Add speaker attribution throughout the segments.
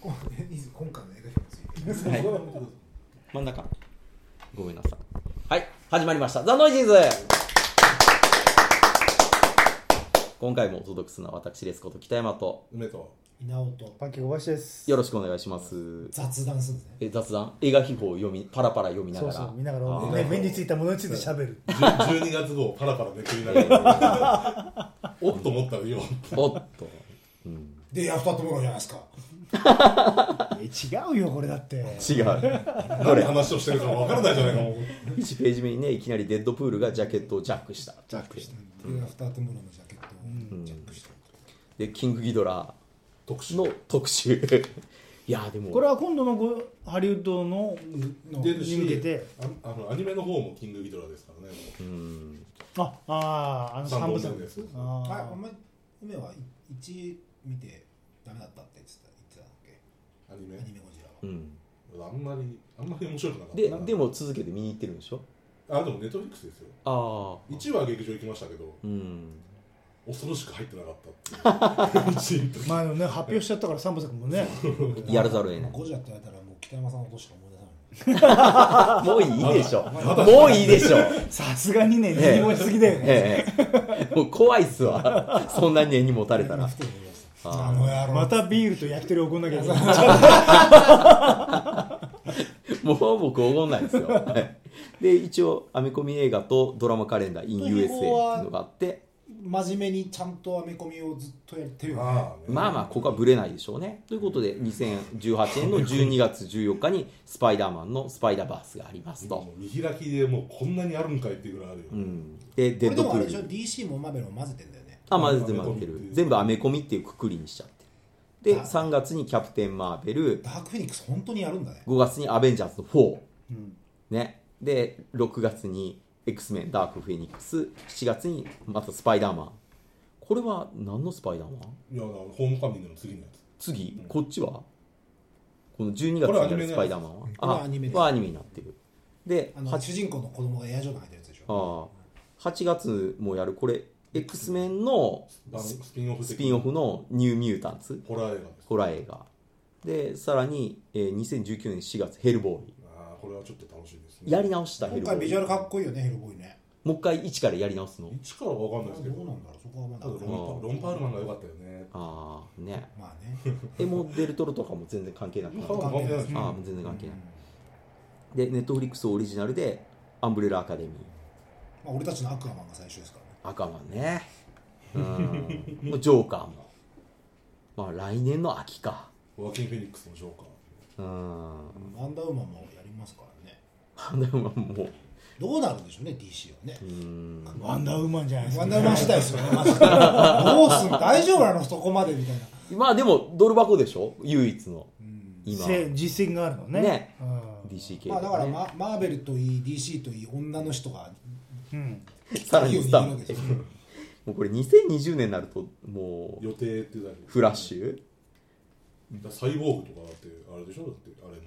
Speaker 1: こいず今回の映画表について
Speaker 2: はい
Speaker 1: どうぞ
Speaker 2: 真ん中ごめんなさいはい始まりました「ザ・ノイジーズ」今回もお届けするのは私ですこと北山と
Speaker 3: 梅と
Speaker 4: 稲尾と
Speaker 5: パンキー小林です
Speaker 2: よろしくお願いします
Speaker 4: 雑談するんですね
Speaker 2: え雑談映画秘宝を読みパラパラ読みなが
Speaker 5: そう
Speaker 2: ら
Speaker 5: そう見なが
Speaker 2: あ
Speaker 5: ら、
Speaker 2: ー
Speaker 5: ね、目についたものについて喋 る
Speaker 3: じゅ12月号パラパラめくりながらおっと思ったらよ
Speaker 2: おっと、うん、
Speaker 1: でやったところじゃないですか
Speaker 5: え違うよこれだって
Speaker 2: 違う
Speaker 3: 何話をしてるか分からないじゃないかもう
Speaker 2: 1ページ目にねいきなりデッドプールがジャケットをジャックした
Speaker 5: ジャックして
Speaker 1: でアフタートゥモローのジャケットをチェックして
Speaker 2: でキングギドラ
Speaker 3: 特集
Speaker 2: の特集いやでも
Speaker 5: これは今度のごハリウッドのの
Speaker 3: 出る
Speaker 5: に向け
Speaker 3: してああのアニメの方もキングギドラですからねも
Speaker 2: うん
Speaker 5: ああーあの
Speaker 3: 三
Speaker 5: 三
Speaker 3: 本
Speaker 5: 部
Speaker 3: 目
Speaker 5: 作
Speaker 3: です
Speaker 5: あ
Speaker 1: はい
Speaker 5: ー
Speaker 1: お前梅は1見てダメだったって言ってた言ってたんだっけ
Speaker 3: うアニメ
Speaker 1: アニメゴジラは
Speaker 2: うん、
Speaker 3: あんまりあんまり面白くなかった
Speaker 2: で
Speaker 3: な
Speaker 2: でも続けて見に行ってるんでしょ
Speaker 3: あでもネットフリックスですよ
Speaker 2: ああ
Speaker 3: 1話劇場行きましたけど
Speaker 2: うん
Speaker 3: 恐ろしく入ってなかったっていう一 位の時
Speaker 5: まあでもね発表しちゃったから三部作 もね
Speaker 2: やらざるを得ない
Speaker 1: ゴジラって言われたらもう北山さんのことしか思い出さない
Speaker 2: もういいでしょもういいでしょ
Speaker 5: さすがにね
Speaker 2: ええ
Speaker 5: 根に持ちすぎだよね
Speaker 2: ええもう怖いっすわそんなに根に持たれたら
Speaker 1: ふと思い出した
Speaker 2: あー
Speaker 1: あの野郎
Speaker 5: またビールと焼き鳥を怒んなきゃいけない
Speaker 2: もう僕おごんないですよはいで一応アメコミ映画とドラマカレンダー in
Speaker 1: という
Speaker 2: USA っ
Speaker 1: こ
Speaker 2: てい
Speaker 1: とは
Speaker 2: うのがあって
Speaker 1: 真面目にちゃんとアメコミをずっとやってるよね
Speaker 3: まあね
Speaker 2: まあまあここはブレないでしょうねということで2018年の12月14日にスパイダーマンのスパイダーバースがありますと
Speaker 3: もう見開きでもうこんなにあるんかいっていうぐらいあるよ、
Speaker 2: うんで
Speaker 1: こ
Speaker 2: デ
Speaker 1: れ
Speaker 2: ッ
Speaker 1: で
Speaker 2: ド
Speaker 1: も
Speaker 2: プ
Speaker 1: あれ
Speaker 2: ー
Speaker 1: でしょ
Speaker 2: ル
Speaker 1: DC もマーベルも混ぜてんだよね
Speaker 2: あ混ぜて混ぜて
Speaker 3: アメコミって
Speaker 2: る
Speaker 3: いう
Speaker 2: 全部アメコミっていうくくりにしちゃってるで
Speaker 1: あ
Speaker 2: 3月にキャプテンマーベル
Speaker 1: ダークフェニックス本当にやるんだね
Speaker 2: 5月に「アベンジャーズ4
Speaker 5: うん」
Speaker 2: ねで6月に「X メンダークフェニックス」7月にまた「スパイダーマン」これは何のスパイダーマン
Speaker 3: いやホームカミングの次のやつ
Speaker 2: 次、こっちはこの12月
Speaker 3: これ
Speaker 2: に
Speaker 3: ア
Speaker 2: や
Speaker 3: ニメ
Speaker 2: るス
Speaker 3: のやつ
Speaker 2: パイダーマンは
Speaker 1: これはアニメです
Speaker 2: はアニメになってるで
Speaker 1: あの主人公の子供がエアジョーが入ってるやつでしょ
Speaker 2: ああ8月もやるこれ X メンの
Speaker 3: バンスピンオフ的
Speaker 2: スピンオフの「ニューミュータンツ
Speaker 3: ホラー映画です」
Speaker 2: ホラー映画でさらに、えー2019年4月「ヘルボーイ
Speaker 3: ああこれはちょっと楽しみです」ね
Speaker 2: やり直したヘル
Speaker 1: 今
Speaker 2: ボー
Speaker 1: 回
Speaker 2: イ
Speaker 1: ビジュアルかっこいいよねヘルボーイね
Speaker 2: もう一回一からやり直すの
Speaker 3: 一からわか
Speaker 1: ど
Speaker 3: んな
Speaker 1: うな
Speaker 3: いです
Speaker 1: んだ
Speaker 3: け
Speaker 1: ろ
Speaker 3: ど
Speaker 1: うそこはま
Speaker 3: ただロンパ
Speaker 1: だ
Speaker 3: ロンパールマンが良かったよね
Speaker 2: ああね
Speaker 1: まあね
Speaker 2: えもうデルトロとかも全然関係なくなった
Speaker 3: 関係ないです
Speaker 2: ああもう全然関係ないでネットフリックスオリジナルで「アンブレラアカデミー
Speaker 1: まあ俺たちのアクアマンが最初ですからね」
Speaker 2: 赤マンねうん もうジョーカーもまあ来年の秋か
Speaker 3: ワーキン・フェニックスのジョーカ
Speaker 2: う
Speaker 3: ー
Speaker 2: ん
Speaker 1: ワンダーウーマンもやりますからね
Speaker 2: でももう
Speaker 1: どうなるんでしょうね DC はね
Speaker 2: うん
Speaker 5: ワンダーウーマンじゃないです
Speaker 1: ワ
Speaker 5: か
Speaker 1: ンダーウーマン次第ですよねマジでどうすん大丈夫なのそこまでみたいな
Speaker 2: まあでもドル箱でしょ唯一の今
Speaker 5: せ実績があるのね
Speaker 2: ね
Speaker 5: うん
Speaker 2: DC 系
Speaker 1: まあだから
Speaker 2: ね
Speaker 1: ママーベルといい DC といい女の人が
Speaker 5: うん
Speaker 2: さらにスター
Speaker 1: わけですよ
Speaker 2: もうこれ2020年になるともう
Speaker 3: 予定っていうだけ
Speaker 2: フラッシュ
Speaker 3: だサイボーグとかだってあれでしょだってあれの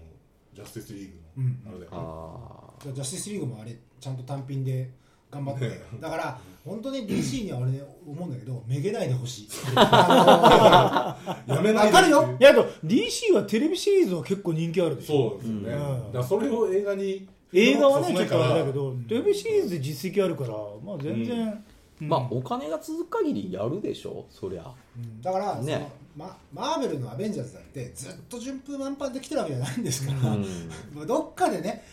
Speaker 3: ジャスティスリーグの、あれだよね
Speaker 2: ああ
Speaker 1: ジャスティスリーグもあれちゃんと単品で頑張ってだから本当に DC には俺ね思うんだけどめげないでほしいあ
Speaker 3: やめないで
Speaker 1: わかるよ
Speaker 5: いやあと DC はテレビシリーズは結構人気あるでしょ
Speaker 3: そうですよね、
Speaker 5: うん
Speaker 3: だからそれを映画に
Speaker 5: 映画は
Speaker 3: させ
Speaker 5: ねち
Speaker 3: ない
Speaker 5: ょ
Speaker 3: か
Speaker 5: っと
Speaker 3: ら
Speaker 5: あれだけど、テレビシリーズで実績あるからまあ全然、うん
Speaker 2: まあお金が続く限りやるでしょそりゃ
Speaker 1: のうんだから、
Speaker 2: ね
Speaker 1: そのママーベルの「アベンジャーズ」だってずっと順風満帆できてるわけじゃないんですから、
Speaker 2: うん
Speaker 1: どっかでね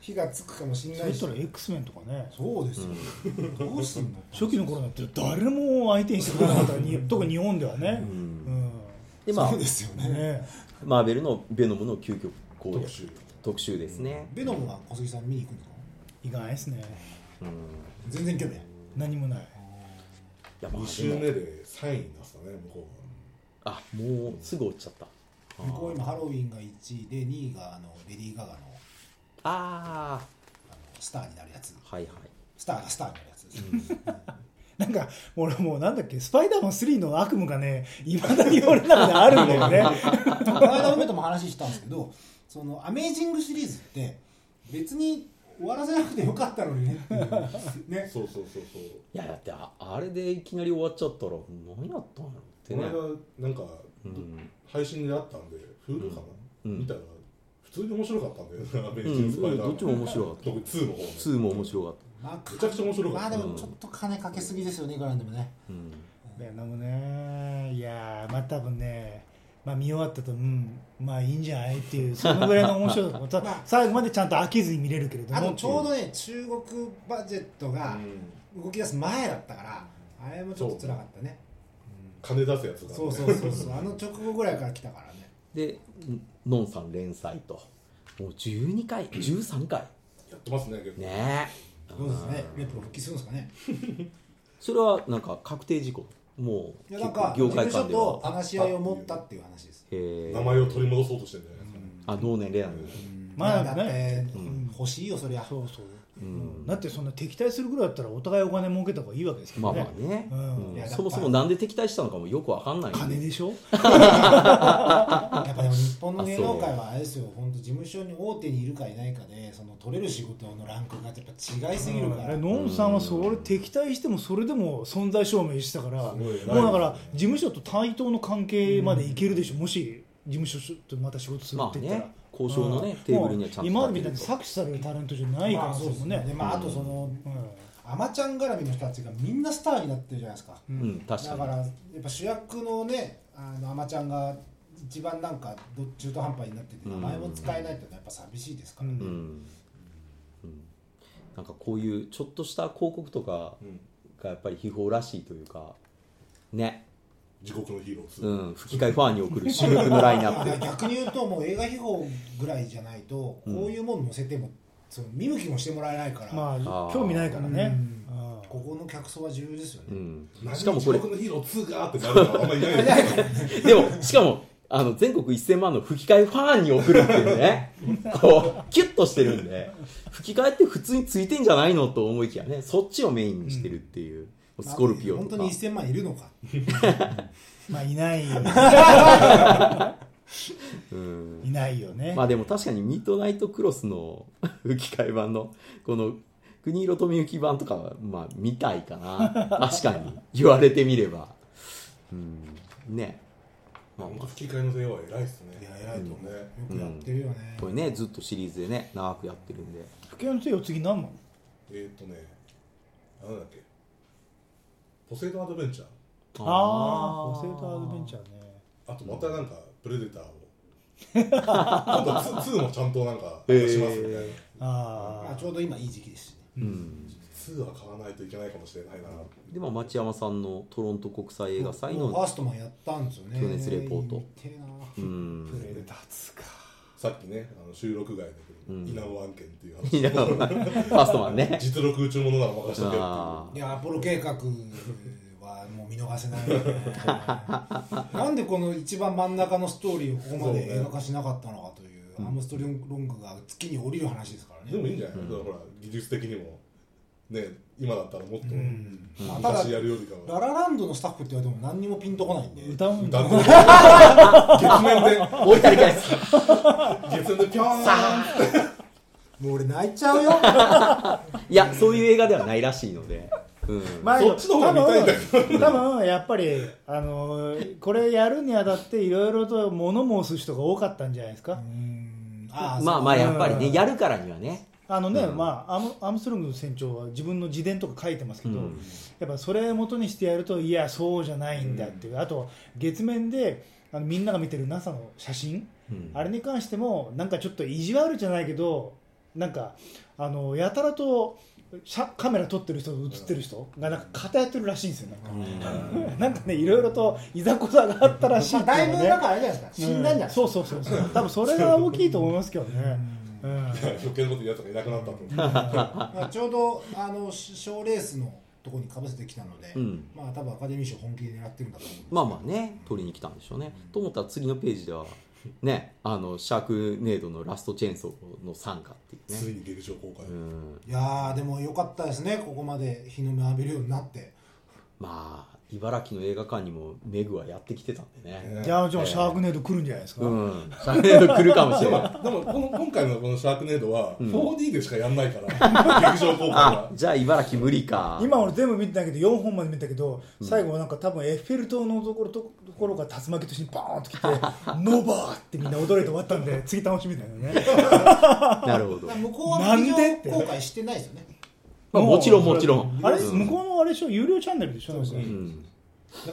Speaker 1: 火がつくかもしれ
Speaker 5: そ
Speaker 1: ないし
Speaker 5: したら X メンとかね
Speaker 1: そうですよ、どうすんの
Speaker 5: 初期の頃なんて誰も相手にしてくれなかったからに特に日本ではね、うん
Speaker 2: でまあ
Speaker 1: そうですよね
Speaker 5: ね
Speaker 2: マーベルのベノムの究極攻略
Speaker 3: 特集
Speaker 2: 特集ですね、
Speaker 1: ベノムは小杉さん見に行くのか
Speaker 5: いかないですね
Speaker 2: うん、い
Speaker 1: 全然興味ない
Speaker 5: 何もない
Speaker 2: やまあ
Speaker 3: 2週
Speaker 2: で
Speaker 3: 目
Speaker 2: も
Speaker 3: で3位に出したね向こ
Speaker 2: あもうすぐ落ちちゃった
Speaker 1: 向こう今ハロウィンが1位で2位があのレディー・ガガの
Speaker 2: あ
Speaker 1: あのスターになるやつ
Speaker 2: あはいはい
Speaker 1: スターがスターになるやつです、
Speaker 5: なんか俺もうなんだっけスパイダーマン3の悪夢がねいまだに俺の中であるんだよね
Speaker 1: この間梅とも話したんですけどそのアメージングシリーズって別に終わらせなくてよかったのにねっていう
Speaker 3: が
Speaker 1: ね
Speaker 3: そうそうそうそう
Speaker 2: いやだってああれでいきなり終わっちゃったら何やったんやろって
Speaker 3: こ
Speaker 2: ね
Speaker 3: の間なんか、
Speaker 2: うん
Speaker 3: 配信であったんでフードかな、
Speaker 2: うん
Speaker 3: 見たら普通に面白かったんだよな、アベン
Speaker 2: う
Speaker 3: ジ
Speaker 2: ん
Speaker 3: ングスパイダーマン
Speaker 2: どっちも面白かった
Speaker 3: 特に2の方ね
Speaker 2: 2も面白かった、
Speaker 1: まあ
Speaker 3: めちゃくちゃ面白か
Speaker 1: ま
Speaker 3: っ
Speaker 1: あ
Speaker 3: た
Speaker 1: でもちょっと金かけすぎですよねいくらなんでもね
Speaker 2: うん、
Speaker 5: ベノムねいやーまあ多分ねまあ見終わったとうんまあいいんじゃないっていうそのぐらいの面白いとこ た
Speaker 1: まあ
Speaker 5: 最後までちゃんと飽きずに見れるけれど
Speaker 1: あと
Speaker 5: も
Speaker 1: ちょうどね中国バジェット
Speaker 3: う
Speaker 1: が
Speaker 3: ん
Speaker 1: 動き出す前だったからあれもちょっと辛かったね
Speaker 3: 金出すやつが
Speaker 1: そうそうそうそうあの直後ぐらいから来たからね
Speaker 2: でのんさん連載ともう12回13回
Speaker 3: やってますね結構
Speaker 2: ねえ
Speaker 1: どうですかねレプロ復帰するんですかね
Speaker 2: それはなんか確定事項もう
Speaker 1: いや
Speaker 2: 結
Speaker 1: なん
Speaker 2: 構
Speaker 1: か事
Speaker 2: 業界
Speaker 1: 務所
Speaker 2: 間で
Speaker 1: と
Speaker 2: は
Speaker 1: 話し合いを持ったっていう話です
Speaker 2: へえ
Speaker 3: 名前を取り戻そうとしてんじゃないですかね、
Speaker 2: あ同年レアの
Speaker 5: まあ
Speaker 1: だって
Speaker 5: うん
Speaker 1: 欲しいよそりゃ
Speaker 5: そうそう、
Speaker 2: ん
Speaker 5: だってそんな敵対するぐらいだったらお互いお金儲けた方がいいわけですか
Speaker 2: ま
Speaker 5: ら
Speaker 2: あ
Speaker 5: ね、
Speaker 2: まあね、
Speaker 5: うん
Speaker 2: うん
Speaker 1: いや
Speaker 2: そもそもなんで敵対したのかもよくわかんないよね
Speaker 5: 金でしょ
Speaker 1: やっぱでも日本の芸能
Speaker 2: あ
Speaker 1: 界はあれですよ本当事務所に大手にいるかいないかでその取れる仕事のランクがやっぱ違いすぎるから、
Speaker 5: あれノンさんはそれ敵対してもそれでも存在証明してたから
Speaker 3: すごい偉い
Speaker 5: もうだから事務所と対等の関係までいけるでしょ、もし事務所とまた仕事する
Speaker 2: ま
Speaker 5: っ
Speaker 2: あ
Speaker 5: て言ったら、
Speaker 2: ね交渉のね、
Speaker 5: うん
Speaker 2: テーブルにはちゃんと
Speaker 5: もう今までみ
Speaker 2: 立
Speaker 5: たい
Speaker 2: てると
Speaker 5: に搾取されるタレントじゃないか
Speaker 1: まあ
Speaker 5: ら
Speaker 1: そうです
Speaker 5: もん
Speaker 1: ねで
Speaker 5: ね、
Speaker 1: まあ、あとその、アマちゃん絡みの人たちがみんなスターになってるじゃないですか、
Speaker 5: う
Speaker 2: うん確
Speaker 1: だ
Speaker 2: か
Speaker 1: か
Speaker 2: に
Speaker 1: らやっぱ主役のねあのアマちゃんが一番なんかど中途半端になってて名前も使えないっていうのはやっぱ寂しいですから、
Speaker 5: うん
Speaker 2: うん、うんなんかこういうちょっとした広告とか
Speaker 3: うん
Speaker 2: がやっぱり秘宝らしいというかね
Speaker 3: 地獄のヒーロー2、
Speaker 2: うん吹き替えファンに送る珠玉のラインナ
Speaker 1: だ
Speaker 2: ッ
Speaker 1: から
Speaker 2: プ
Speaker 1: 逆に言うともう映画秘宝ぐらいじゃないとこういうもの載せてもその見向きもしてもらえないから、
Speaker 5: ま
Speaker 2: あ
Speaker 5: あ
Speaker 2: ー
Speaker 5: 興味ないからね、
Speaker 1: う
Speaker 5: うん
Speaker 1: ここの客層は重要ですよね、
Speaker 2: うん
Speaker 3: 何
Speaker 2: しかもこれ
Speaker 3: 地獄のヒーロー2かーってなるのはあんまりいないですよ ね
Speaker 2: でも、しかも、あの、全国1000万の吹き替えファンに送るっていう ね、こう、キュッとしてるんで、吹き替えって普通についてんじゃないのと思いきやね、そっちをメインにしてるっていう、スコルピオ
Speaker 1: 本
Speaker 2: と
Speaker 1: 当
Speaker 2: か
Speaker 1: に。1000万いるのか
Speaker 5: まあいない
Speaker 2: うん
Speaker 5: いないよね、
Speaker 2: まあでも確かにミッドナイトクロスの 吹き替え版の、この、国色富幸版とかは、まあ、見たいか な。確かに。言われてみれば。うん。ね。まあ
Speaker 3: 本
Speaker 2: ま
Speaker 3: 当
Speaker 2: あ。
Speaker 3: 吹き替えの声は偉いですね
Speaker 1: いや偉いと思う、
Speaker 3: ね
Speaker 1: よくやってるよね、
Speaker 2: これね、ずっとシリーズでね、長くやってるんで。
Speaker 5: 不況のせいよ次何なの
Speaker 3: えーっとねなんだっけポセイドンアドベンチャー
Speaker 5: ああポセイドンアドベンチャーね
Speaker 3: あとまたなんかプレデ ターをあと 2, 2もちゃんとなんか
Speaker 2: へー
Speaker 3: 出しますみたいな
Speaker 1: ま
Speaker 5: あ
Speaker 1: あ、ちょうど今いい時期ですし、ね
Speaker 2: うん。
Speaker 3: 2は買わないといけないかもしれないな
Speaker 2: で、まあ、町山さんのトロント国際映画祭
Speaker 1: もうファー
Speaker 2: の、
Speaker 1: ストマンやったんですよね
Speaker 2: 去年ですレポート
Speaker 1: 見てえな
Speaker 2: う
Speaker 5: プ
Speaker 2: ん、
Speaker 5: レデターズか
Speaker 3: さっきねあの収録外で
Speaker 2: うん
Speaker 3: 稲尾案件っていう
Speaker 2: い
Speaker 3: 話
Speaker 2: やファーストマン ね。
Speaker 3: 実力宇宙ものなら任せとけよ
Speaker 2: あ
Speaker 3: っ
Speaker 1: いやアポロ計画はもう見逃せないよね なんでこの一番真ん中のストーリーをここまで映画化しなかったのかというアームストリングロングが月に降りる話ですから
Speaker 3: ていうでもいい
Speaker 1: ね
Speaker 3: んじゃない、だからほら技術的にもね今だったらもっと
Speaker 1: うんまあただ
Speaker 3: 昔やるよりか
Speaker 1: ラ
Speaker 3: は
Speaker 1: ラランドのスタッフって言われても何にもピンとこないんで
Speaker 5: 歌うんだ
Speaker 3: だって月面で
Speaker 2: 置いてあり返す。
Speaker 3: 月面でピョーンって
Speaker 1: もう俺泣いちゃ うよ
Speaker 2: いや、そういう映画ではないらしいので。うん。
Speaker 5: まあ
Speaker 3: そっちの方が見たいんだ
Speaker 5: 多分多分やっぱりあのーこれやるにあたっていろいろと物申す人が多かったんじゃないですか、
Speaker 1: うんあ
Speaker 2: まあまあ、やっぱり
Speaker 5: う
Speaker 2: ね、
Speaker 5: ん
Speaker 2: やるからにはね。
Speaker 5: あのね、まあアームアームストロング船長は自分の自伝とか書いてますけど、
Speaker 2: うん
Speaker 5: やっぱそれを元にしてやるといやそうじゃないんだっていう、あと月面であのみんなが見てる NASA の写真、
Speaker 2: うん
Speaker 5: あれに関してもなんかちょっと意地悪じゃないけどなんかあのやたらとシャカメラ撮ってる人と写ってる人がなんか偏ってるらしいんですよなんか なんかねいろいろといざこざがあったらしい
Speaker 1: まあ
Speaker 5: ってい
Speaker 1: だ
Speaker 5: う
Speaker 1: い
Speaker 5: の
Speaker 1: ぶ
Speaker 5: は
Speaker 1: なん
Speaker 5: ね
Speaker 1: かあれじゃないですか死んだんじゃないですか
Speaker 5: そうそうそうそう多分それが大きいと思いますけど ね、うん、
Speaker 3: 余計なこと言うやつがいなくなったと思う
Speaker 1: まあちょうどあの賞レースのとこにかぶせてきたので、
Speaker 2: うん
Speaker 1: まあ多分アカデミー賞本気で狙ってるんだと思うんですけど
Speaker 2: まあまあね、取りに来たんでしょうね。と思ったら次のページでは、ね、あの、シャークネードのラストチェーンソーの参加っていう
Speaker 3: つ
Speaker 2: ね。
Speaker 3: いに劇場公開
Speaker 2: うん。
Speaker 1: いやーでも良かったですねここまで日の目浴びるようになって
Speaker 2: まあ、茨城の映画館にもメグはやってきてたんでね、
Speaker 3: ね
Speaker 5: じゃあ、じゃあ、シャークネード来るんじゃないですか。
Speaker 2: うんシャークネード来るかもしれ ない
Speaker 3: でもこの今回のこの「シャークネード」は 4D でしかやんないから、劇場公開
Speaker 2: あ
Speaker 3: は
Speaker 2: じゃあ茨城無理か
Speaker 5: 今俺全部見てたけど4本まで見てたけど最後はなんか多分エッフェル塔のところとところが竜巻としてバーンと来 て「ノバー!」ってみんな驚いて終わったんで次楽しみだよね
Speaker 2: なるほど
Speaker 1: だから、向こうは
Speaker 5: なんで
Speaker 1: 劇
Speaker 5: って
Speaker 1: 場公開してないですよね
Speaker 2: まあ、もちろんもちろん
Speaker 5: あれ
Speaker 2: うん
Speaker 5: 向こうのあれでしょ有料チャンネルでしょなんか
Speaker 2: う
Speaker 3: そうそ
Speaker 2: ん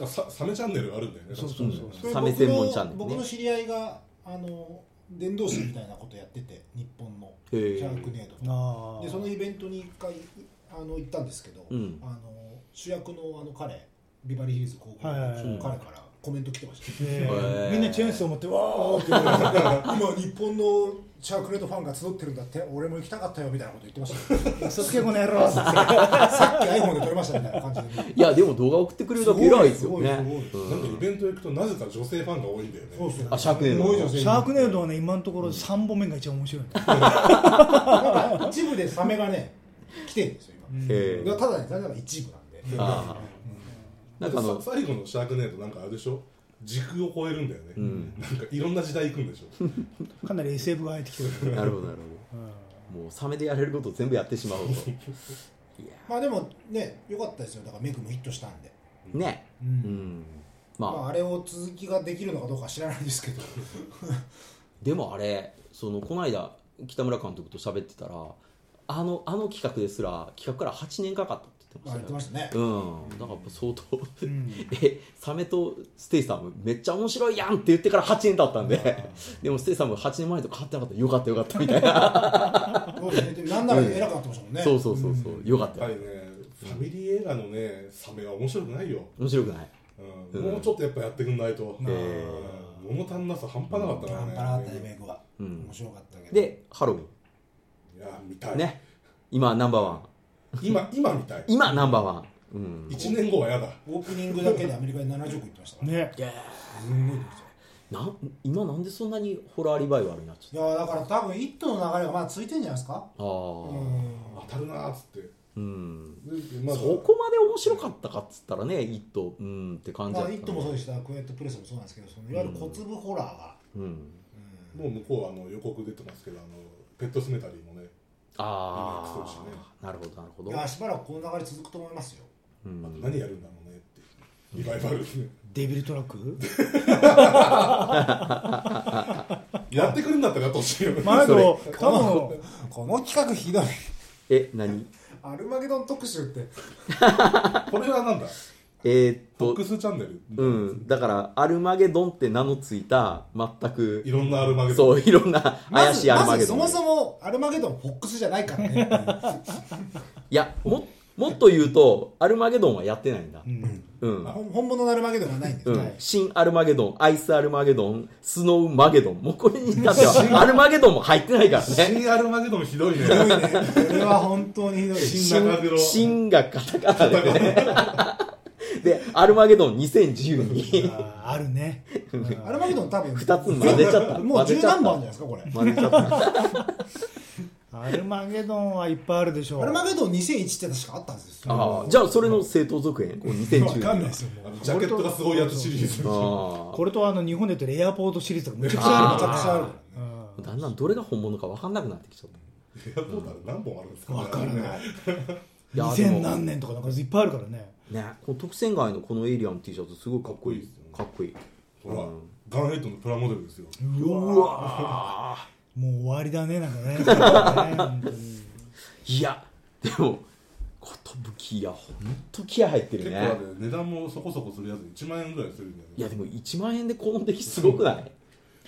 Speaker 3: なんかさサメチャンネルあるんだよね
Speaker 5: そうそうそう
Speaker 1: それ
Speaker 2: サメ専門チャンネルね
Speaker 1: 僕の僕の知り合いがあの伝道師みたいなことやってて日本の
Speaker 2: へ
Speaker 1: シャーク
Speaker 2: え
Speaker 1: ネードの
Speaker 5: あー
Speaker 1: でそのイベントに一回あの行ったんですけど、
Speaker 2: うん
Speaker 1: あの主役のあの彼ビバリーヒルズ高校
Speaker 5: はいはいはい
Speaker 1: の彼からコメント来てました、
Speaker 5: え
Speaker 2: へー
Speaker 5: ーみんなチェーンソー持ってわーって言われて
Speaker 1: 今日本のシャークネードファンが集ってるんだって俺も行きたかったよみたいなこと言ってましたよ
Speaker 5: 嘘つけこの野郎って
Speaker 1: さっき iPhone で撮りましたみたいな感じで
Speaker 2: いやでも動画送ってくれるだけ偉いです
Speaker 1: す
Speaker 2: よね
Speaker 1: ごいすご
Speaker 3: なんかイベント行くとなぜか女性ファンが多いんだよね
Speaker 1: そうそう
Speaker 2: あシャークネード
Speaker 1: すごい女性
Speaker 5: シャークネードはね今のところ3本目が一番面白いの
Speaker 1: なんか一部でサメがね来てるんですよ
Speaker 5: うん
Speaker 2: へ
Speaker 1: 今
Speaker 2: え
Speaker 1: ただねただ一部なんで
Speaker 2: ああなんかあの
Speaker 3: さ最後の「シャークネード」なんかあれでしょ時空を超えるんだよね、
Speaker 2: うん
Speaker 3: なんかいろんな時代行くんでし ょ
Speaker 5: かなり SF が入ってきてる
Speaker 2: なるほどなるほどもうサメでやれることを全部やってしまおう
Speaker 1: まあでもね良かったですよだからメグもヒットしたんで、
Speaker 2: とねうん
Speaker 1: ま
Speaker 2: まあ
Speaker 1: あ、あれを続きができるのかどうかは知らないですけど
Speaker 2: でもあれそのこの間北村監督と喋ってたらあのあの企画ですら企画から8年かかったって言って
Speaker 1: まあ
Speaker 2: ま
Speaker 1: 言
Speaker 2: し
Speaker 1: ったて
Speaker 2: よ
Speaker 1: ましたね
Speaker 2: うん、だからやっぱ相当、
Speaker 5: ん
Speaker 2: えサメとステイサムめっちゃ面白いやんって言ってから8年経ったんででもステイサム8年前と変わってなかったよかったよかったみたいな
Speaker 1: そうですねでもなんなら偉くなってましたもんね、
Speaker 2: そうそうそうそうよか
Speaker 3: や
Speaker 2: っ
Speaker 3: ったぱ
Speaker 2: よ
Speaker 3: りねファミリー映画のねサメは面白くないよ、
Speaker 2: 面白くない
Speaker 3: うんもうちょっとやっぱやってくんないと、
Speaker 2: ん
Speaker 3: うん物足んなさ半端なかったから
Speaker 1: 半
Speaker 3: ね、
Speaker 1: 端なかったねメグは、
Speaker 2: うん
Speaker 1: 面白かったけど
Speaker 2: でハロウィ
Speaker 3: いや見たい、
Speaker 2: ンね今ナンバーワン
Speaker 3: 今今見たい
Speaker 2: 今ナンバーワン、うん、
Speaker 3: 1年後はやだ
Speaker 1: オープニングだけでアメリカに70億いってましたから、ね、
Speaker 5: ね
Speaker 1: すんごいですよ
Speaker 2: なん今なんでそんなにホラーリバイバルになっちゃっ
Speaker 1: いやだから多分「イット!」の流れがまだついてんじゃないですか
Speaker 2: たああ
Speaker 1: うん
Speaker 3: 当たるなーっつってで
Speaker 2: うん
Speaker 3: まだ
Speaker 2: そこまで面白かったかっつったらね「イット!」うんって感じ
Speaker 1: ま
Speaker 2: だ
Speaker 1: あ、
Speaker 2: っ
Speaker 1: イッ
Speaker 2: た
Speaker 1: トもそう
Speaker 2: ね
Speaker 1: でしたクエットプレスもそうなんですけどそのいわゆる小粒ホラーが、
Speaker 2: うん
Speaker 1: うん
Speaker 3: もう向こうはあの予告出てますけどあのペットスメタリーもねリメイ
Speaker 2: あ
Speaker 3: クするしね
Speaker 2: あなるほどなるほど
Speaker 1: いやしばらくこの流れ続くと思いますよ
Speaker 2: う
Speaker 3: あと
Speaker 2: ん
Speaker 3: 何やるんだろうねっていうリバイバルですね
Speaker 5: デビルトラック
Speaker 3: やってくるんだったらやってほしいよね
Speaker 5: 前
Speaker 2: それ
Speaker 5: の 多分
Speaker 1: この企画ひどい
Speaker 2: え何
Speaker 1: アルマゲドン特集って
Speaker 3: これはなんだ
Speaker 2: えーっ
Speaker 3: ボッ
Speaker 2: と
Speaker 3: クスチャンネル、
Speaker 2: うんだからアルマゲドンって名のついた全く
Speaker 3: いろんなアルマゲドン
Speaker 2: そういろんな怪しいアルマゲドン、
Speaker 1: まずそもそもアルマゲドンフォックスじゃないからね
Speaker 2: いやももっと言うとアルマゲドンはやってないんだうん、
Speaker 1: ほん本物のアルマゲドンがないんです、
Speaker 2: う
Speaker 1: ね
Speaker 2: ん、新アルマゲドン、アイスアルマゲドン、スノーマゲドン、もうこれに至ってはアルマゲドンも入ってないからね。
Speaker 3: 新アルマゲドン ひどいね
Speaker 1: ひどいねこれは本当にひどい
Speaker 3: 新
Speaker 2: 新
Speaker 3: 中黒
Speaker 2: 新がカタカナでね。で、アルマゲドン2010に
Speaker 5: あーあるね
Speaker 1: アルマゲドン多分
Speaker 2: 二つ混ぜちゃった
Speaker 1: もう十何番じゃないですかこれ
Speaker 2: 混ぜちゃった。
Speaker 5: アルマゲドンはいっぱいあるでしょう
Speaker 1: アルマゲドン2001って確かあったんですよ
Speaker 2: ああ、じゃあそれの正当続編、この
Speaker 1: わかんないで
Speaker 2: 2010年。
Speaker 1: すよもう
Speaker 3: あのジャケットがすごいやつシリーズ
Speaker 2: あ
Speaker 5: これとあの日本で言ってるエアポートシリーズとかむちゃくちゃある
Speaker 1: めちゃくちゃあるから
Speaker 2: あ、だんだんどれが本物か分かんなくなってきちゃった。
Speaker 3: エアポータル何本あるんですか
Speaker 5: わからない
Speaker 3: い
Speaker 2: いやでも
Speaker 5: 2000何年とかなんかいっぱいあるからね
Speaker 2: ね、この特選街のこのエイリアンの T シャツすごいかっこいいですよ。かっこいい。
Speaker 3: ほら、ガンヘッドのプラモデルですよ
Speaker 5: うわもう終わりだねなんかね本当に
Speaker 2: いや、でも、寿屋、ほんと気合入ってる
Speaker 3: 結構
Speaker 2: ね
Speaker 3: あ。れ値段もそこそこするやつ1万円ぐらいするんだよね
Speaker 2: いや、でも1万円でこの出来すごくない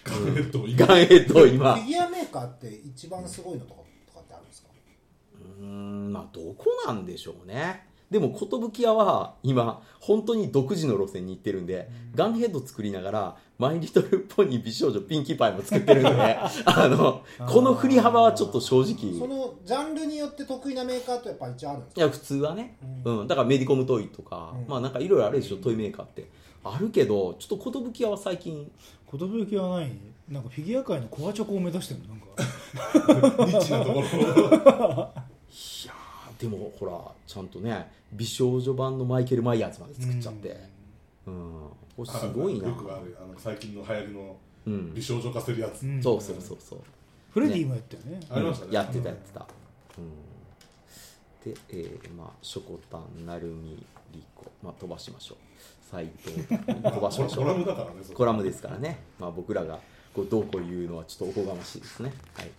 Speaker 3: ガンヘ ッドもいい
Speaker 2: ガンヘッド今。
Speaker 1: フィギュアメーカーって一番すごいのとかとかってあるんですか
Speaker 2: うーんまあどこなんでしょうねでも寿屋は今本当に独自の路線に行ってるんで、ガンヘッド作りながらマイリトルポニー美少女ピンキーパイも作ってるんであのこの振り幅はちょっと正
Speaker 1: そ
Speaker 2: 直
Speaker 1: のジャンルによって得意なメーカーとやっぱ一応あるんです
Speaker 2: いや普通はね、うんだからメディコムトイとか、
Speaker 1: うん
Speaker 2: まあなんかいろいろあるでしょ、トイメーカーってあるけどちょっと寿屋は最近
Speaker 5: 寿はないなんかフィギュア界のコアチョコを目指してるのなんか
Speaker 3: ニッチなところ
Speaker 2: いやーでもほらちゃんとね美少女版のマイケル・マイヤーズまで作っちゃってうん、これすごいな
Speaker 3: よくあるあの最近の流行りの
Speaker 2: うん
Speaker 3: 美少女化するやつ、
Speaker 5: うん
Speaker 2: そうそうそうそう
Speaker 5: フレディもやったよね
Speaker 3: ありましたね
Speaker 2: やってたやってた、うん、で、えーまあしょこたんなるみりこ、まあ、飛ばしましょう斎藤 飛ばしましょ
Speaker 3: コラム
Speaker 2: う
Speaker 3: だからねそれ
Speaker 2: コラムですからね、まあ、僕らがこうどうこう言うのはちょっとおこがましいですねはい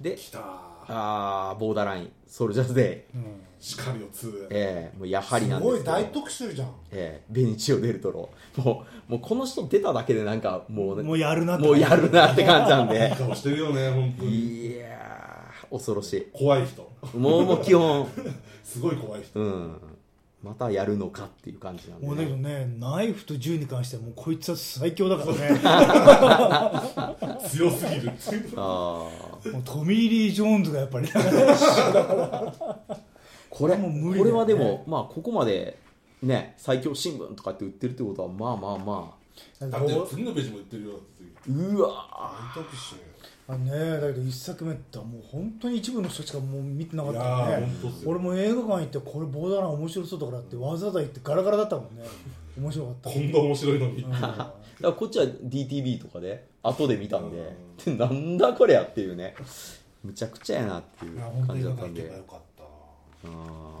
Speaker 2: で
Speaker 3: きたー
Speaker 2: あーボーダーラインソルジャーズデイ
Speaker 5: うん
Speaker 3: シカリオ2
Speaker 2: えーもうやはりな
Speaker 1: す
Speaker 2: んです
Speaker 1: ご
Speaker 2: け
Speaker 1: い
Speaker 2: ど
Speaker 1: 大特集じゃん
Speaker 2: えーベニチオ・デルトロもうもうこの人出ただけでなんかもう,、
Speaker 5: もうやるなって
Speaker 2: もうやるなって感じなんで
Speaker 3: いい顔してるよね本当に
Speaker 2: いやー恐ろし
Speaker 3: 怖い人
Speaker 2: いもうもう基本
Speaker 3: すごい怖い人
Speaker 2: うん、またやるのかっていう感じなんで、
Speaker 5: もうだけど
Speaker 2: ね、
Speaker 5: ねナイフと銃に関してはもうこいつは最強だから
Speaker 3: 強すぎる
Speaker 2: あー
Speaker 5: ねもうトミー・リー・ジョーンズがやっぱり
Speaker 2: これ
Speaker 5: もう無理だよね
Speaker 2: これはでも、まあ、ここまで、ね、最強新聞とかって売ってるってことは、まあまあまあ、
Speaker 3: だって次のページも言ってるよ次
Speaker 2: うわ
Speaker 3: 大特集
Speaker 5: あねえだけど一作目ってもう本当に一部の人しかもう見てなかった
Speaker 3: い
Speaker 5: よ
Speaker 3: やー
Speaker 5: ね
Speaker 3: 本当っすよ
Speaker 5: 俺も映画館行ってこれボーダーライン面白そうだからってわざわざ行ってガラガラだったもんね面白かった
Speaker 3: こんな面白いのに
Speaker 2: ーだからこっちは DTV とかで、後で見たんで
Speaker 3: う
Speaker 2: で
Speaker 3: ん、
Speaker 2: なんだこりゃっていうね、むちゃくちゃやなっていう
Speaker 1: いや本当
Speaker 2: 感
Speaker 1: に
Speaker 2: じ
Speaker 1: 行
Speaker 2: だっ
Speaker 1: か
Speaker 2: た
Speaker 1: なんけば
Speaker 2: で
Speaker 1: よ。かった
Speaker 2: あ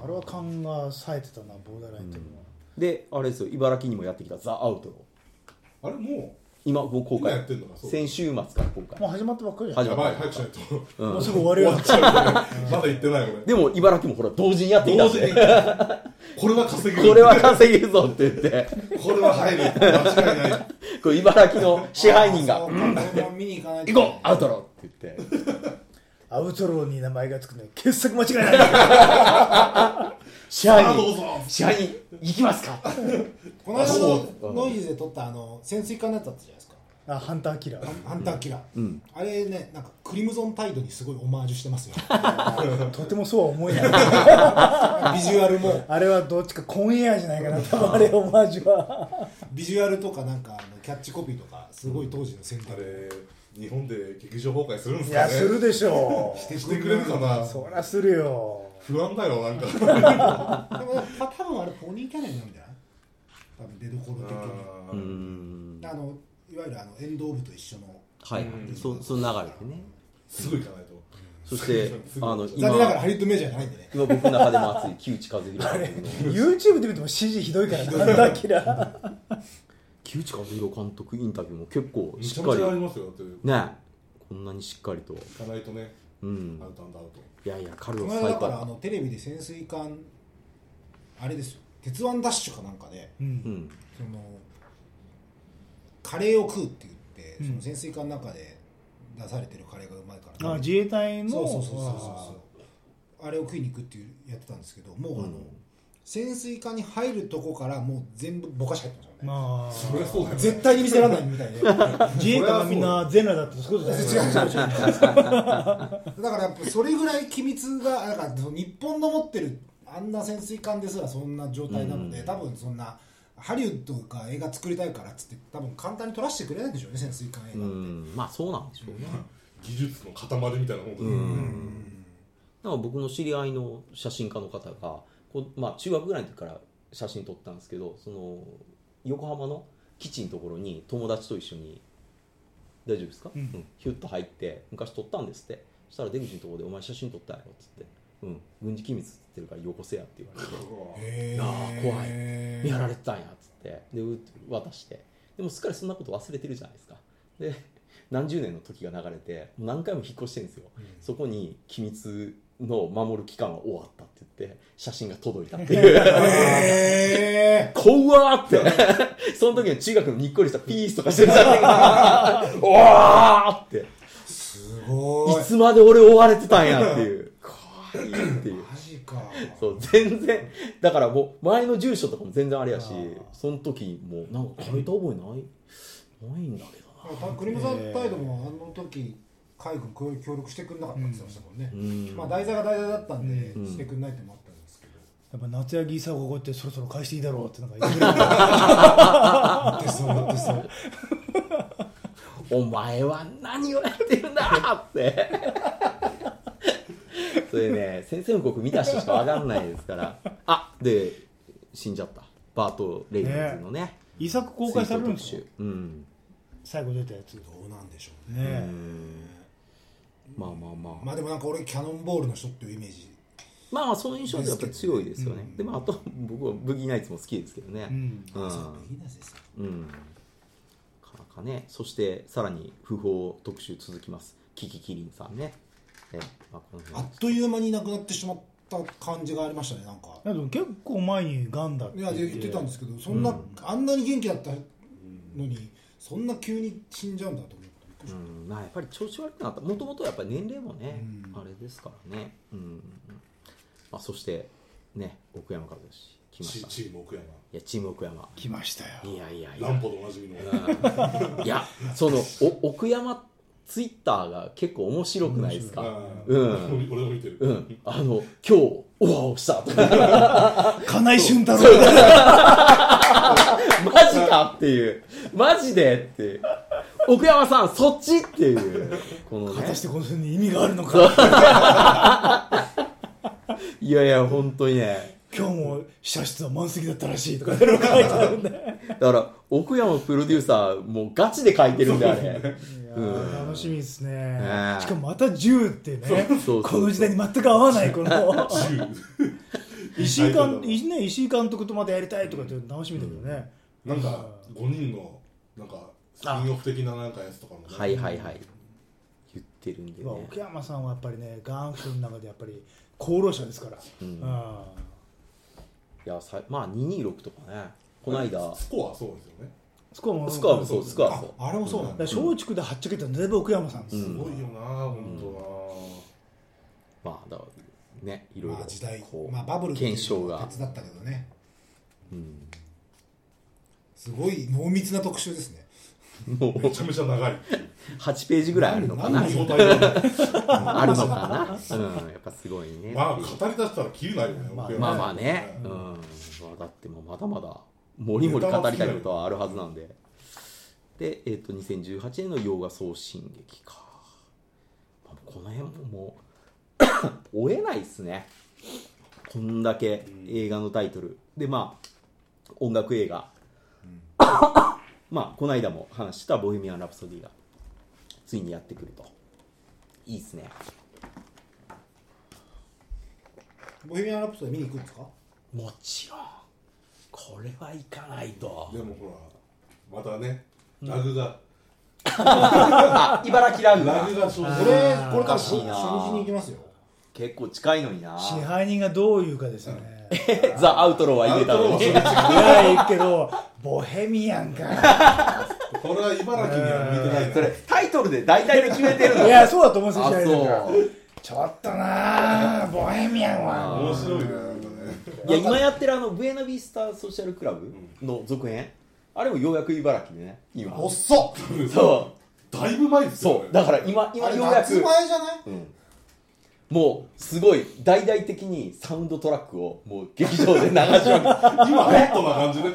Speaker 2: ー
Speaker 5: あれは勘が冴えてたなボーダーラインっていうのは、
Speaker 2: で、あれですよ、茨城にもやってきた、ザ・アウトロー。
Speaker 3: あれも
Speaker 2: 今、もう公
Speaker 3: 今や
Speaker 2: 開
Speaker 3: ってんのか。そう
Speaker 2: 先週末から公開
Speaker 5: もう。始まったばっかりじゃん
Speaker 2: 始
Speaker 3: う
Speaker 2: ま
Speaker 3: や
Speaker 2: った
Speaker 3: ばい早くしないと
Speaker 2: うん
Speaker 5: もうすぐ終わる
Speaker 3: 終
Speaker 5: よ
Speaker 3: わっちゃうよねまだ言ってない俺
Speaker 2: でも、茨城もほら、同時にやってきたん
Speaker 3: 同時
Speaker 2: で
Speaker 3: に。これは稼げる
Speaker 2: これは稼げるぞって言って、
Speaker 3: これは入る間違いない
Speaker 2: こう茨城の支配人が
Speaker 1: あ、ーそうかこれも見に行かないと
Speaker 2: 行こうアウトローって言って、
Speaker 5: アウトローに名前がつくのは傑作間違いない
Speaker 2: 支配
Speaker 3: あどう
Speaker 2: 人、
Speaker 3: ぞ
Speaker 2: 支配人、行きますか
Speaker 1: この間
Speaker 2: そう
Speaker 1: のノイズで撮ったあの潜水艦のやつあったじゃないですか
Speaker 5: あハンターキラー
Speaker 1: ハンターキラー、
Speaker 2: うん
Speaker 1: あれねなんかクリムゾンタイドにすごいオマージュしてますよ
Speaker 5: とてもそうは思えない
Speaker 1: ビジュアルも
Speaker 5: あれはどっちかコンエアじゃないかな多分あれオマージュは
Speaker 1: ビジュアルとかなんかあのキャッチコピーとかすごい当時の選
Speaker 3: あ
Speaker 1: 択
Speaker 3: れ日本で劇場崩壊するんで
Speaker 5: い
Speaker 3: すか
Speaker 5: や
Speaker 3: ね
Speaker 5: するでしょ
Speaker 1: して
Speaker 3: してくれるかな
Speaker 5: うそりゃするよ
Speaker 3: 不安だよなんか
Speaker 1: でもた多分あれポニーキャネルなんじゃない多分出どころ的に
Speaker 2: うーん、
Speaker 1: あのいわゆるあの遠藤部と一緒の
Speaker 2: はい、そその流れでね。
Speaker 3: すぐ行かないと
Speaker 2: そして、あの、
Speaker 1: 残念ながら
Speaker 2: 今、
Speaker 1: ハリウッドメジャーじゃないんでね
Speaker 2: 今僕の中でも熱い木内和弘監督の、
Speaker 5: YouTube で見ても指示ひどいからハンターキラー
Speaker 2: 木内和弘監督インタビューも結構
Speaker 3: め
Speaker 2: し
Speaker 3: ちゃ
Speaker 2: っか
Speaker 3: めちゃあり
Speaker 2: り、
Speaker 3: ますよだって行
Speaker 2: ね、こんなにしっかりと、
Speaker 3: かないとね
Speaker 2: うん
Speaker 3: ア、ウトアンドアウト
Speaker 2: いやいや、彼
Speaker 1: こ
Speaker 2: は
Speaker 1: の
Speaker 2: 最
Speaker 1: 間だ
Speaker 2: 高
Speaker 1: か
Speaker 2: だ
Speaker 1: らあ
Speaker 2: っ
Speaker 1: のテレビで潜水艦あれですよ「鉄腕ダッシュ」かなんかで
Speaker 5: う
Speaker 2: た。うんん、
Speaker 1: そのカレーを食うって言って、
Speaker 5: うん
Speaker 1: その潜水艦の中で出されてるカレーがうまいから
Speaker 5: あ自衛隊の
Speaker 1: そうそうそうそうそうあれを食いに行くっていうやってたんですけどもうあの、
Speaker 2: うん
Speaker 1: 潜水艦に入るとこからもう全部ぼかし入ってましたよね、
Speaker 5: まあ
Speaker 3: そりゃそうだよね
Speaker 1: 絶対に見せられないみたいでだか
Speaker 5: 自衛官がみんな全裸だったってそういうことだよね
Speaker 1: らやっぱそれぐらい機密がなんかその日本の持ってるあんな潜水艦ですらそんな状態なので、
Speaker 2: うん
Speaker 1: 多分そんなハリウッドが映画作りたいからっつって多分簡単に撮らせてくれないんでしょうね潜水艦映画って、
Speaker 2: うん、まあそうなんでしょうね。
Speaker 3: 技術の塊みたいなもんだよね
Speaker 2: なんか僕の知り合いの写真家の方がこう、まあ、中学ぐらいの時から写真撮ったんですけどその横浜の基地のところに友達と一緒に大丈夫ですか、
Speaker 5: うん
Speaker 2: ヒュッと入って昔撮ったんですってそしたら出口のところで「お前写真撮ったやろ」っつって、うん「軍事機密つってるからよこせや」って言われて
Speaker 1: へー
Speaker 2: あー怖いやられてたんやっつってでうって渡してでもすっかりそんなこと忘れてるじゃないですかで何十年の時が流れてもう何回も引っ越してるんですよ、そこに機密の守る期間は終わったって言って写真が届いたっていう
Speaker 1: へ
Speaker 2: 怖っって その時の中学のにっこりしたピースとかしてる写真 がおわーってい
Speaker 1: ー すごい
Speaker 2: つまで俺追われてたんやっていう怖いっていう
Speaker 1: マジか
Speaker 2: そう全然だからもう前の住所とかも全然あれやし
Speaker 5: あー
Speaker 2: その時もうなんか書いた覚えないないんだけどな
Speaker 1: クリムゾン態度もあの時海軍協力してくれなかったって言ってましたもんね、
Speaker 2: うん
Speaker 1: まあ題材が題材だったんで、
Speaker 2: ん
Speaker 1: してくれないってのもあったんですけど、
Speaker 5: やっぱ夏柳功ここってそろそろ返していいだろうってなんか言ってくれ る
Speaker 1: で そうでそう
Speaker 2: お前は何をやってるんだって それね先生の国見た人しかわかんないですからあで死んじゃったバート・レイノルズのね
Speaker 5: 遺作公開されるんです
Speaker 2: 追悼
Speaker 5: よ
Speaker 2: 特集うん
Speaker 5: 最後出たやつね
Speaker 1: どうなんでしょうね
Speaker 2: う
Speaker 5: え
Speaker 2: んまあまあまあ
Speaker 1: まあでもなんか俺キャノンボールの人っていうイメージ
Speaker 2: まあまあその印象ってやっぱり強いですよね、でまああと僕はブギーナイツも好きですけどね
Speaker 5: うん
Speaker 2: うん、
Speaker 1: そういいですよ
Speaker 2: うんなかなかねそしてさらに不法特集続きますキキキリンさんねえ、まあ、この
Speaker 1: あ
Speaker 2: 辺
Speaker 1: っという間になくなってしまった感じがありましたねなんか
Speaker 5: いやでも結構前にガンダって
Speaker 1: いやで言ってたんですけどそんな、あんなに元気だったのにそんな急に死んじゃうんだと思ってびっくりし
Speaker 2: うんまあやっぱり調子悪くなったもともとやっぱり年齢もね、
Speaker 1: うん
Speaker 2: あれですからねうん、まあ、そしてね奥山和義来まし
Speaker 3: チ
Speaker 2: たい
Speaker 3: チーム奥山
Speaker 2: やチーム奥山
Speaker 5: 来ましたよ
Speaker 2: いやいやいや
Speaker 3: 乱歩でおなじみの
Speaker 2: いやそのお奥山ツイッターが結構面白くないですか
Speaker 3: うん
Speaker 2: う
Speaker 3: 俺も見てる
Speaker 2: うんあの今日おわおしたとか
Speaker 5: 金井俊太郎が
Speaker 2: マジかっていうマジでっていう奥山さんそっちっていうこの
Speaker 5: 果
Speaker 2: ね
Speaker 5: たしてこの人に意味があるのか
Speaker 2: いやいや本当にね
Speaker 5: 今日も社室は満席だったらしいとかいろいろ書いてたんで
Speaker 2: だから奥山プロデューサーもうガチで書いてるんだよね
Speaker 5: いや
Speaker 2: うん
Speaker 5: ー楽しみですね
Speaker 2: ねえ
Speaker 5: しかもまた銃ってね
Speaker 2: そうそう
Speaker 5: この時代に全く合わないこの石
Speaker 3: タイ
Speaker 5: 井
Speaker 3: トル
Speaker 5: 監
Speaker 3: だな
Speaker 5: 石井ね石井監督とまたやりたいとかって楽しみだけどね、
Speaker 3: なんか5人のなんかスピンオフ的ななんかやつとかもね
Speaker 2: はいはいはい言ってるんで
Speaker 5: まあ
Speaker 2: ね
Speaker 5: 奥山さんはやっぱりねガンフの中でやっぱり功労者ですから、
Speaker 2: うん
Speaker 5: ああ
Speaker 2: いやさまあ226とかねこの間
Speaker 3: スコアそうですよね
Speaker 5: スコアも
Speaker 2: スコアもそうスコア
Speaker 1: ま
Speaker 2: も
Speaker 1: し
Speaker 2: そう
Speaker 1: たああれもそうなんだ、
Speaker 5: だから松竹ではっちゃけたの全部奥山さんです、
Speaker 2: うん
Speaker 3: すごいよな本
Speaker 2: まあだからねいろいろ
Speaker 1: まあ時代
Speaker 2: こう、
Speaker 1: まあバブルっていう
Speaker 2: 検証が
Speaker 1: 別だったけどね
Speaker 2: うん
Speaker 1: すごい濃密な特集ですね
Speaker 2: も
Speaker 3: 当
Speaker 2: う
Speaker 3: なめちゃめちゃ長い
Speaker 2: 8ページぐらいあ るのかな
Speaker 1: 何
Speaker 3: 見応えがある
Speaker 2: あるのかなうんやっぱすごいね
Speaker 3: まあ語り出したら切れないよね
Speaker 5: まあ
Speaker 3: 奥山
Speaker 2: まあまあね、うんまあ、だってもうまだまだもりもり語りたいことはあるはずなんでで、えっと2018年の洋画送信劇か、まあこの辺ももう 追えないっすねこんだけ映画のタイトルでまあ音楽映画、まあこの間も話した「ボヘミアン・ラプソディ」がついにやってくるといいっすね
Speaker 1: ボヘミアン・ラプソディ見に行くんですか
Speaker 2: もちろんこれはいかないと
Speaker 3: でもほらまたねラグが
Speaker 2: あ茨城ラグ
Speaker 3: ラ
Speaker 2: が
Speaker 3: グがそう
Speaker 1: これ
Speaker 3: 俺
Speaker 1: これから
Speaker 2: し
Speaker 1: 初
Speaker 2: い
Speaker 1: 日
Speaker 2: な
Speaker 1: に行きますよ
Speaker 2: 結構近いのにな
Speaker 5: 支配人がどういうかですね、
Speaker 2: ザ・アウトローは言えたのに
Speaker 3: アウトローはそれ
Speaker 5: いやいいけどボヘミアンか
Speaker 3: これは茨城には向いてないな
Speaker 2: それタイトルで大体で決めてるの
Speaker 5: いやそうだと思うんですよ
Speaker 2: あ
Speaker 5: 支配人が
Speaker 2: そう
Speaker 5: ちょっとなあボヘミアンは
Speaker 3: 面白いねなんかね
Speaker 2: いや今やってるあのブエナビスタソーシャルクラブの続編あれもようやく茨城でね今
Speaker 1: 遅っ
Speaker 2: そ
Speaker 3: だいぶ前で
Speaker 2: う
Speaker 3: すよ
Speaker 2: そうだから今今
Speaker 1: あれ
Speaker 2: ようや
Speaker 1: 夏
Speaker 2: く
Speaker 1: 前じゃない
Speaker 2: うんもうすごい大々的にサウンドトラックをもう劇場で流しまくる
Speaker 3: 今ホットな感じで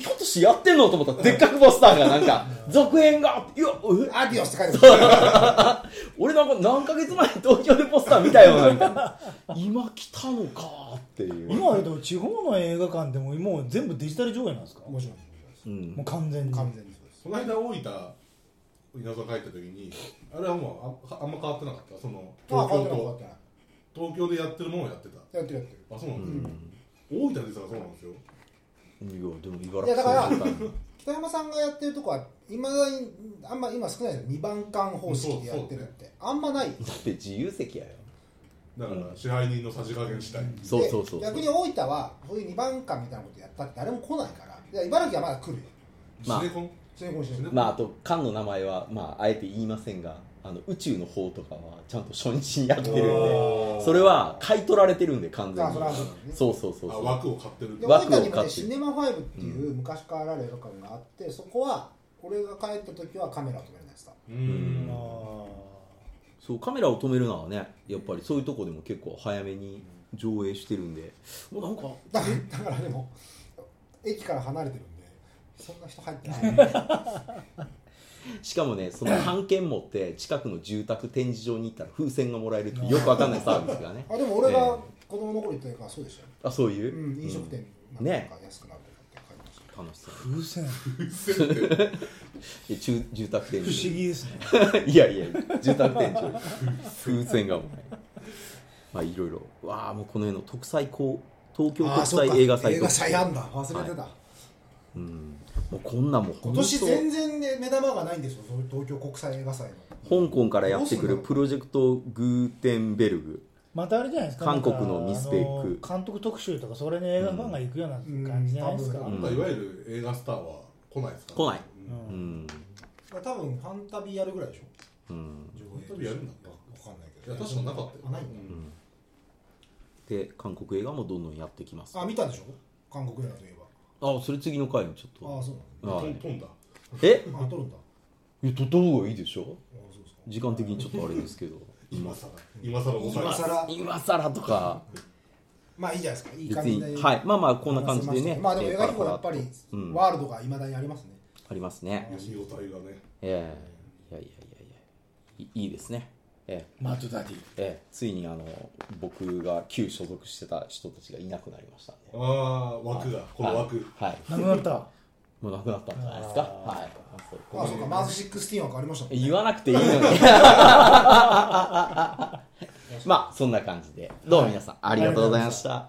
Speaker 2: ひょっとしてやってんのと思ったらでっかくポスターがなんか続編がいやえ
Speaker 1: アディオスって書いて ある
Speaker 2: 俺なんか何ヶ月前に東京でポスター見たよなみたいな今来たのかっていう
Speaker 5: 今あれでも地方の映画館でももう全部デジタル上映なんですかも
Speaker 1: もちろん
Speaker 2: うん
Speaker 5: う完全に
Speaker 1: 完全にそうです
Speaker 3: この間大分稲沢帰った時にあれはもうああんま変わってなかったその
Speaker 1: まあ
Speaker 3: 東京
Speaker 1: 変わっ
Speaker 3: と
Speaker 1: てない
Speaker 3: 東京でやってるものをやってた
Speaker 1: 変わってないやってるやって
Speaker 3: あそうなんですよ、大分でさそうなんですよ
Speaker 2: いやでも茨
Speaker 1: いやだから
Speaker 2: そうだったの
Speaker 1: る北山さんがやってるとこはいまだにあんま今少ないですよ2番間方式でやってるってあんまない
Speaker 2: だって自由席やよ
Speaker 3: だから支配人のさじ加減したい、
Speaker 2: そうそうそう
Speaker 1: で逆に大分はそういう2番間みたいなことやったって誰も来ないからいや茨城はまだ来るよ
Speaker 2: まあ
Speaker 3: シネコン
Speaker 1: そういうことしてる
Speaker 2: まああと館の名前はまああえて言いませんがあの宇宙の方とかはちゃんと初日にやってるんで
Speaker 3: おー
Speaker 2: それは買い取られてるんで完全
Speaker 1: あ
Speaker 2: に
Speaker 1: それはそうだね
Speaker 2: そうそうそう
Speaker 3: あ
Speaker 2: そ
Speaker 3: 枠を買ってる
Speaker 1: で
Speaker 2: 枠
Speaker 1: 大分
Speaker 2: を
Speaker 1: にも
Speaker 2: 買っ
Speaker 1: ね
Speaker 2: て
Speaker 1: シネマファイブっていう昔からある映画館があって、そこは俺が帰った時はカメラを止めないですか
Speaker 3: う
Speaker 5: あ
Speaker 3: ん
Speaker 5: あ
Speaker 2: うそうカメラを止めるのはねやっぱりそういうとこでも結構早めに上映してるんでもうなんか
Speaker 1: だだからで も駅から離れてるんでそんな人入ってない
Speaker 2: しかもねその半券持って近くの住宅展示場に行ったら風船がもらえるってよくわかんないサービスがね
Speaker 1: あでも俺が子供の頃行ったからそうでしたよ、
Speaker 2: あそういう、
Speaker 1: うん、飲食店
Speaker 2: うん
Speaker 1: なん
Speaker 2: ね
Speaker 1: か安くなってたって書いてました
Speaker 2: 楽しそう
Speaker 5: 風船
Speaker 2: で住住宅展
Speaker 5: 不思
Speaker 2: 示
Speaker 5: 議ですね
Speaker 2: いやいや住宅展示場風船がもらえるまあいろいろわあもうこの辺の特裁こう東京
Speaker 1: あー
Speaker 2: 国
Speaker 1: そっか
Speaker 2: 際映画祭
Speaker 1: 映
Speaker 2: と
Speaker 1: 画
Speaker 2: か
Speaker 1: 祭あんだ忘れてた、
Speaker 2: うんもうこんなんもう
Speaker 1: 今年全然ね目玉がないんですよその東京国際映画祭の
Speaker 2: 香港からやってくる
Speaker 1: どうすんの
Speaker 2: プロジェクトグーテンベルグ
Speaker 5: またあれじゃないですか
Speaker 2: 韓国のミスペック
Speaker 5: なんかあの監督特集とかそれに映画ファンが行くような感じじゃないですか、
Speaker 1: うん
Speaker 5: う
Speaker 1: 多
Speaker 5: ん
Speaker 2: 分
Speaker 3: まあいわゆる映画スターは来ないですから
Speaker 2: 来ない
Speaker 3: うん
Speaker 2: うん
Speaker 1: 多分ファンタビーやるぐらいでしょ
Speaker 2: うん
Speaker 1: 上
Speaker 3: ファンタビーやるんだ
Speaker 1: わかんないけ
Speaker 3: い
Speaker 1: ど
Speaker 3: や確かなかったよ
Speaker 1: あないんだ
Speaker 3: うん
Speaker 2: で韓国映画もどんどんやってきます
Speaker 1: あ見たんでしょ韓国映画といえ
Speaker 2: あそれ次の回にち
Speaker 1: ばあ
Speaker 2: ょ
Speaker 1: あ
Speaker 2: っ
Speaker 1: そう
Speaker 2: とは
Speaker 3: 飛ん
Speaker 2: い
Speaker 3: 飛んだ
Speaker 2: え
Speaker 1: なんだあ撮るんだ
Speaker 2: いや撮った方がいいでしょ
Speaker 1: あそうですか
Speaker 2: 時間的にちょっとあれですけど
Speaker 3: 今さら今さら
Speaker 1: 今更
Speaker 2: 今更とか
Speaker 1: まあいいじゃないですかいい
Speaker 2: 別
Speaker 1: 感じで
Speaker 2: にはいまあまあこんな感じでね
Speaker 1: まあでも映画にもやっぱり
Speaker 2: うん
Speaker 1: ワールドがいまだにありますね
Speaker 2: ありますね
Speaker 3: 見応えがね
Speaker 2: ええいやいやいやいやいいいですねええ
Speaker 5: マットダディ
Speaker 2: ええついにあの僕が旧所属してた人たちがいなくなりましたんで
Speaker 3: ああ枠がこの枠
Speaker 2: はいはい
Speaker 5: なくなった
Speaker 2: もうなくなったんじゃないですかはい
Speaker 1: あそうかマーズ16は変わりましたもんね
Speaker 2: 言わなくていいの に まあそんな感じでどうも皆さん、ありがとうございました